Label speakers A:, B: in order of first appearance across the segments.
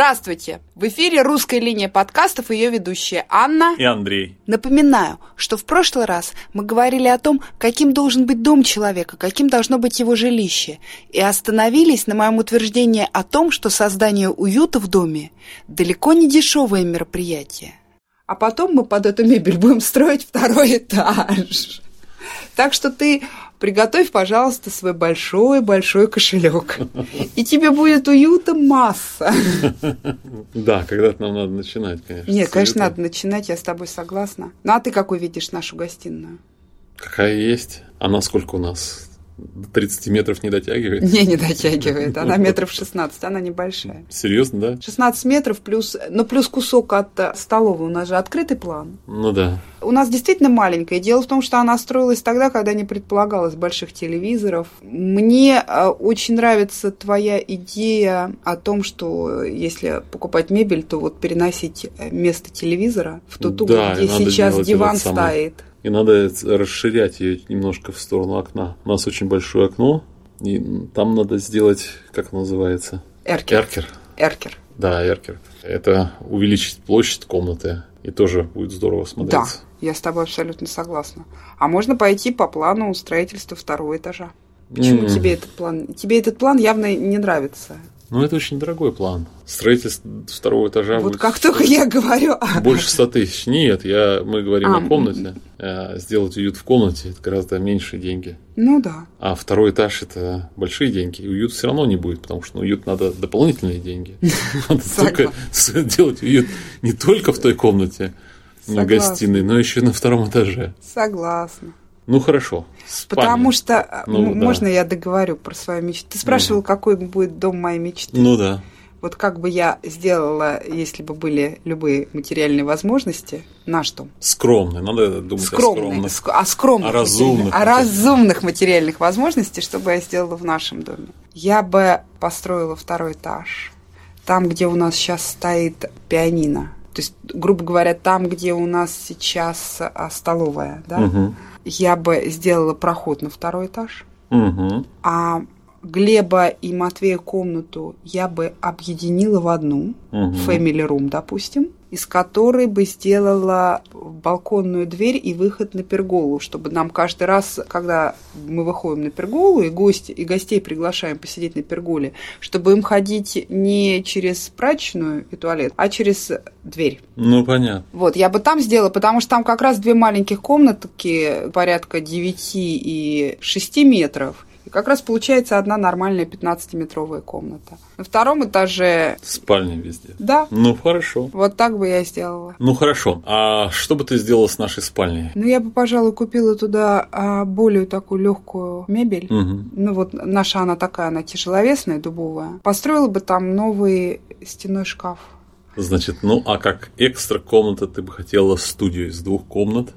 A: Здравствуйте! В эфире «Русская линия подкастов» и ее ведущая Анна.
B: и Андрей.
A: Напоминаю, что в прошлый раз мы говорили о том, каким должен быть дом человека, каким должно быть его жилище, и остановились на моем утверждении о том, что создание уюта в доме далеко не дешевое мероприятие. А потом мы под эту мебель будем строить второй этаж. Так что ты приготовь, пожалуйста, свой большой-большой кошелек. И тебе будет уюта масса.
B: Да, когда-то нам надо начинать, конечно.
A: Нет,
B: с
A: конечно,
B: уюта.
A: надо начинать, я с тобой согласна. Ну, а ты какой видишь нашу гостиную?
B: Какая есть? Она сколько у нас? До 30 метров не дотягивает?
A: Не, не дотягивает, она метров 16, она небольшая.
B: Серьезно, да?
A: 16 метров плюс, ну, плюс кусок от э, столовой, у нас же открытый план.
B: Ну да.
A: У нас действительно маленькая. Дело в том, что она строилась тогда, когда не предполагалось больших телевизоров. Мне э, очень нравится твоя идея о том, что э, если покупать мебель, то вот переносить э, место телевизора в тот угол,
B: Да, и
A: где
B: надо
A: сейчас
B: делать
A: диван
B: этот самый
A: стоит.
B: И надо ц- расширять ее немножко в сторону окна. У нас очень большое окно, и там надо сделать, как оно называется?
A: Эркер.
B: Эркер.
A: Эркер.
B: Да, эркер. Это увеличить площадь комнаты. И тоже будет здорово
A: Да,
B: смотреться.
A: я с тобой абсолютно согласна. А можно пойти по плану строительства второго этажа. Почему
B: М.
A: тебе этот план? Тебе этот план явно не нравится.
B: Ну, это очень дорогой план. Строительство второго этажа
A: вот
B: будет
A: как только я говорю, а, о-
B: Больше 100 тысяч. Нет, я, мы говорим
A: А,
B: о комнате. Э, Сделать уют в комнате – это гораздо меньшие деньги.
A: ну да,
B: А второй этаж – это большие деньги. И уют все равно не будет, потому что на уют надо дополнительные деньги. Надо только делать уют не только в той комнате, в
A: Согласна.
B: гостиной, но еще и на втором этаже.
A: согласна.
B: Ну, хорошо. Спальня.
A: Потому что э,
B: Ну,
A: м-
B: да.
A: можно я договорю про свою мечту. Ты спрашивал, какой будет дом моей мечты.
B: Ну, да.
A: Вот как бы я сделала, если бы были любые материальные возможности, наш дом.
B: Скромный. Надо думать о
A: Скромный,
B: скромных.
A: ск- о скромных,
B: о А разумных
A: материальных- о разумных материальных возможностей, что бы я сделала в нашем доме. Я бы построила второй этаж, там, где у нас сейчас стоит пианино. То есть, грубо говоря, там, где у нас сейчас а, столовая, да,
B: Мгм.
A: я бы сделала проход на второй этаж,
B: Мгм.
A: а Глеба и Матвея комнату я бы объединила в одну,
B: Мгм.
A: family room, допустим, из которой бы сделала балконную дверь и выход на перголу, чтобы нам каждый раз, когда мы выходим на перголу и гости, и гостей приглашаем посидеть на перголе, чтобы им ходить не через прачечную и туалет, а через дверь.
B: Ну, понятно.
A: Вот, я бы там сделала, потому что там как раз две маленьких комнатки, порядка 9 и 6 метров. И как раз получается одна нормальная 15-метровая комната. На втором этаже,
B: Спальня везде.
A: да,
B: Ну, хорошо.
A: вот так бы я сделала.
B: Ну хорошо. А что бы ты сделала с нашей спальней?
A: Ну, я бы, пожалуй, купила туда а, более такую легкую мебель.
B: Мгм.
A: Ну, вот наша она такая, она тяжеловесная, дубовая. Построила бы там новый стеной шкаф.
B: Значит, ну а как экстра комната ты бы хотела студию из двух комнат?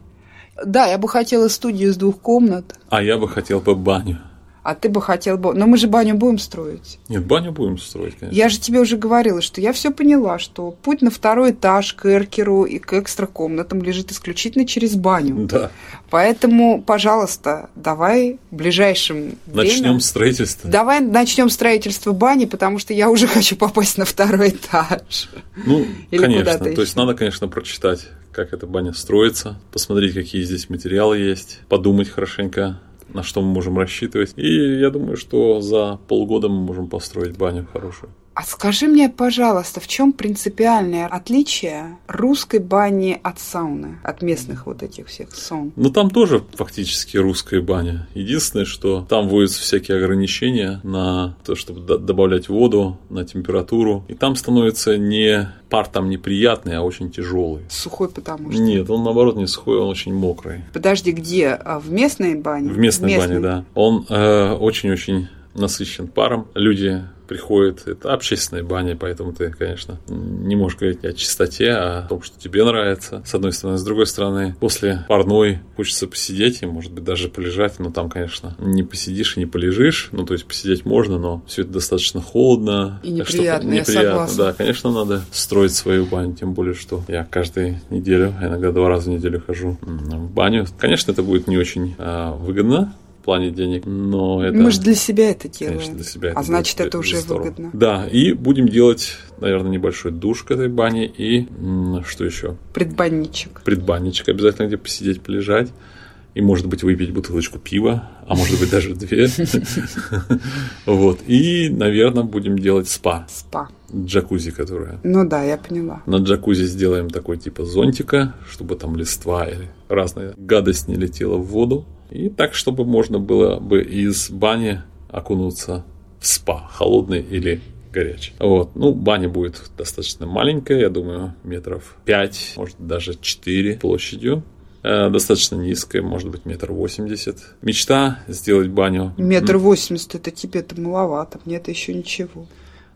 A: Да, я бы хотела студию из двух комнат.
B: А я бы хотел бы баню.
A: А ты бы хотел бы... Но мы же баню будем строить.
B: Нет, баню будем строить, конечно.
A: Я же тебе уже говорила, что я все поняла, что путь на второй этаж к эркеру и к экстра комнатам лежит исключительно через баню.
B: Да.
A: Поэтому, пожалуйста, давай в ближайшем
B: Начнем
A: время...
B: строительство.
A: Давай начнем строительство бани, потому что я уже хочу попасть на второй этаж.
B: Ну,
A: Или
B: конечно.
A: куда-то
B: То есть
A: еще.
B: надо, конечно, прочитать, как эта баня строится, посмотреть, какие здесь материалы есть, подумать хорошенько, на что мы можем рассчитывать. И я думаю, что за полгода мы можем построить баню хорошую.
A: А скажи мне, пожалуйста, в чем принципиальное отличие русской бани от сауны, от местных вот этих всех саун?
B: Но Ну, там тоже фактически русская баня. Единственное, что там вводятся всякие ограничения на то, чтобы до- добавлять воду, на температуру. И там становится не пар там неприятный, а очень тяжелый.
A: Сухой потому что.
B: Нет, он наоборот не сухой, он очень мокрый.
A: Подожди, где? А, В местной бане?
B: В местной бане, да. Он э, очень-очень насыщен паром. Люди приходят, это общественная баня, поэтому ты, конечно, не можешь говорить о чистоте, а о том, что тебе нравится, с одной стороны. С другой стороны, после парной хочется посидеть и, может быть, даже полежать, но там, конечно, не посидишь и не полежишь. Ну, то есть посидеть можно, но все это достаточно холодно.
A: И
B: Так что
A: неприятно, я
B: неприятно,
A: согласна.
B: Да, конечно, надо строить свою баню, тем более, что я каждую неделю, а иногда два раза в неделю хожу м, в баню. Конечно, это будет не очень а, выгодно, в плане денег, но это...
A: Мы же для себя это делаем.
B: Конечно, для себя.
A: а значит,
B: будет
A: это уже
B: здорово.
A: выгодно.
B: Да, и будем делать, наверное, небольшой душ к этой бане и м, что еще?
A: Предбанничек.
B: Предбанничек обязательно, где посидеть, полежать. И, может быть, выпить бутылочку пива, а может быть, даже две. Вот. И, наверное, будем делать спа.
A: Спа.
B: Джакузи, которая.
A: Ну да, я поняла.
B: На джакузи сделаем такой типа зонтика, чтобы там листва или разная гадость не летела в воду. И так, чтобы можно было бы из бани окунуться в спа, холодный или горячий. Вот. Ну, баня будет достаточно маленькая, я думаю, метров 5, может даже 4 площадью. Э, Достаточно низкая, может быть, метр восемьдесят. Мечта сделать баню.
A: Метр восемьдесят, это тебе-то маловато, мне-то еще ничего.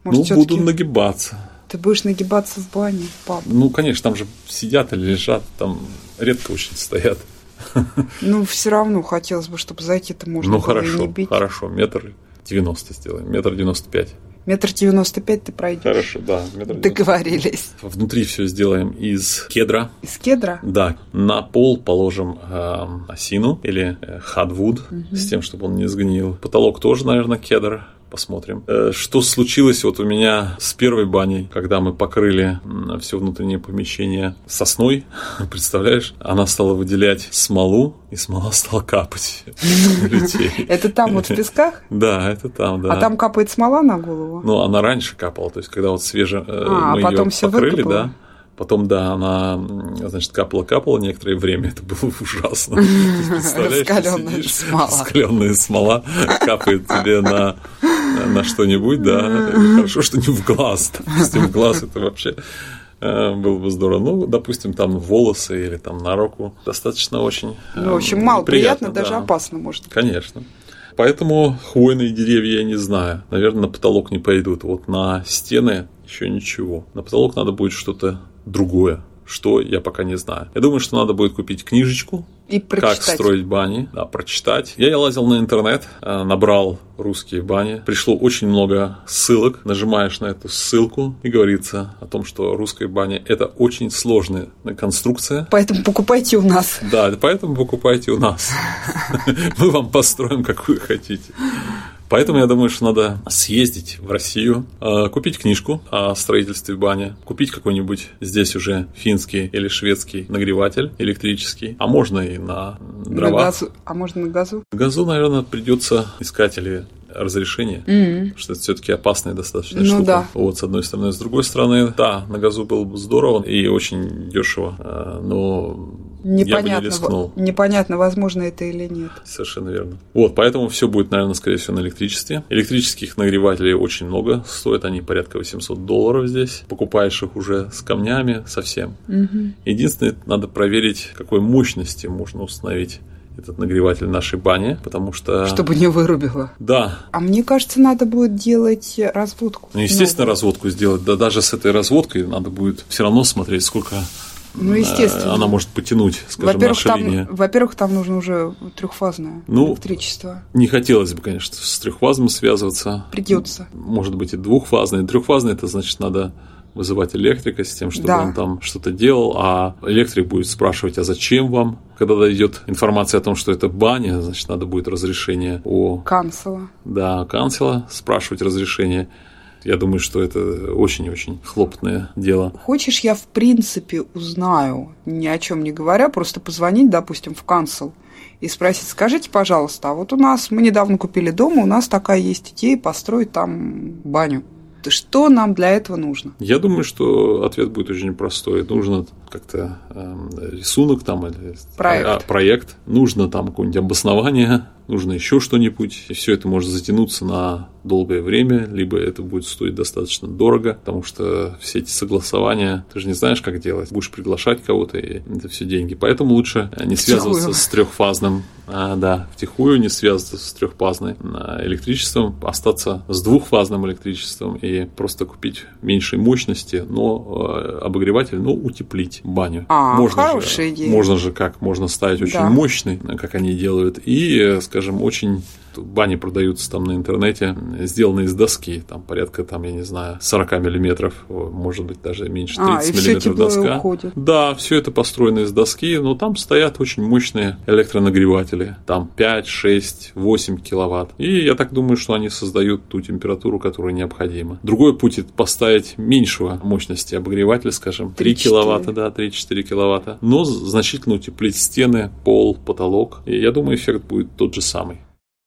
A: Может,
B: Ну,
A: все-таки
B: буду нагибаться.
A: ты будешь нагибаться в бане, пап.
B: Ну, конечно, там же сидят или лежат, там редко очень стоят.
A: Ну, все равно хотелось бы, чтобы зайти-то можно
B: ну
A: было и не
B: хорошо,
A: бить.
B: хорошо, метр 90 сделаем, метр 95.
A: Метр девяносто пять ты пройдешь.
B: Хорошо, да, метр 90.
A: Договорились.
B: Внутри все сделаем из кедра,
A: Из кедра?
B: да, на пол положим эм, осину или э, хадвуд, с тем, чтобы он не сгнил. Потолок тоже, наверное, кедр. Посмотрим. Э, Что случилось вот у меня с первой баней, когда мы покрыли все внутреннее помещение сосной, представляешь? Она стала выделять смолу, и смола стала капать на людей.
A: Это там вот в песках?
B: Да, это там, да.
A: А там капает смола на голову?
B: Ну, она раньше капала, то есть, когда вот свеже э,
A: А, а
B: мы
A: потом
B: ее
A: всё
B: покрыли,
A: выкопала?
B: да. Потом, да, она, м, значит, капала-капала некоторое время, это было ужасно.
A: Раскалённая смола.
B: Раскаленная смола капает тебе на, на что-нибудь, да. Хорошо, что не в глаз, допустим, в глаз это вообще э, было бы здорово. Ну, допустим, там волосы или там на руку достаточно очень
A: Ну, в общем,
B: эм,
A: мало приятно, даже
B: да.
A: опасно может быть.
B: Конечно. Поэтому хвойные деревья я не знаю. Наверное, на потолок не пойдут. Вот на стены еще ничего. На потолок надо будет что-то другое. Что я пока не знаю. Я думаю, что надо будет купить книжечку
A: И
B: как
A: прочитать.
B: строить бани, да, прочитать. Я лазил на интернет, э, набрал русские бани. Пришло очень много ссылок. Нажимаешь на эту ссылку и говорится о том, что русская баня – это очень сложная конструкция,
A: Поэтому покупайте у нас.
B: да, поэтому покупайте у нас. Мы вам построим, какую хотите. Поэтому я думаю, что надо съездить в Россию, э, купить книжку о строительстве бани, купить какой-нибудь здесь уже финский или шведский нагреватель электрический, а можно и на
A: На
B: дровах.
A: газу. А можно на газу?
B: Газу, наверное, придется искать или разрешение,
A: М-м.
B: потому что это все-таки опасная достаточно
A: Ну
B: штука.
A: да.
B: Вот, с одной стороны. С другой стороны, да, на газу было бы здорово и очень дешево, э, но я бы не
A: Непонятно,
B: рискнул.
A: во- непонятно, возможно это или нет.
B: Совершенно верно. Вот, поэтому все будет, наверное, скорее всего, на электричестве. Электрических нагревателей очень много. Стоят они порядка 800 долларов здесь. Покупаешь их уже с камнями, совсем. Единственное, надо проверить, какой мощности можно установить этот нагреватель нашей бани, потому что...
A: Чтобы не вырубило.
B: Да,
A: А мне кажется, надо будет делать разводку.
B: ну, естественно, разводку сделать. Да даже с этой разводкой надо будет все равно смотреть, сколько
A: Ну,
B: э,
A: естественно.
B: она может потянуть, скажем,
A: Во-первых,
B: наша
A: там,
B: линия.
A: во-первых, там нужно уже трехфазное
B: Ну,
A: электричество.
B: Не хотелось бы, конечно, с трехфазом связываться.
A: Придется.
B: может быть и двухфазный. Трехфазный это значит надо вызывать электрика с тем, чтобы
A: Да.
B: он там что-то делал, а электрик будет спрашивать, а зачем вам? Когда дойдет информация о том, что это баня, значит, надо будет разрешение у
A: Канцела.
B: да, канцела, спрашивать разрешение. Я думаю, что это очень-очень хлопотное дело.
A: Хочешь, я в принципе узнаю, ни о чем не говоря, просто позвонить, допустим, в канцел и спросить, скажите, пожалуйста, а вот у нас, мы недавно купили дом, у нас такая есть идея построить там баню. Что нам для этого нужно?
B: Я думаю, что ответ будет очень простой. Нужно как-то эм, рисунок там или
A: Проект.
B: а, проект. Нужно там какое-нибудь обоснование, нужно еще что-нибудь. И все это может затянуться на долгое время, либо это будет стоить достаточно дорого, потому что все эти согласования, ты же не знаешь, как делать. Будешь приглашать кого-то, и это все деньги. Поэтому лучше э, не
A: Втихую.
B: связываться с трехфазным, а, да, втихую не связываться с трехфазным а, электричеством, остаться с двухфазным электричеством и просто купить меньшей мощности, но э, обогреватель, но утеплить баню.
A: А,
B: же-
A: хорошая идея.
B: Можно же как, можно ставить очень
A: Да.
B: мощный, как они делают, и, э, скажем, очень Бани продаются там на интернете, сделаны из доски, там порядка, там, я не знаю, 40 миллиметров, может быть, даже меньше 30
C: А, и всё
B: миллиметров
C: тепло
B: доска.
C: уходит.
B: Да, все это построено из доски, но там стоят очень мощные электронагреватели, там 5, 6, 8 киловатт. И я так думаю, что они создают ту температуру, которая необходима. Другой путь это поставить меньшего мощности обогревателя, скажем,
C: 3-4.
B: 3 киловатта, да, 3-4 киловатта, но значительно утеплить стены, пол, потолок. И я думаю, эффект будет тот же самый.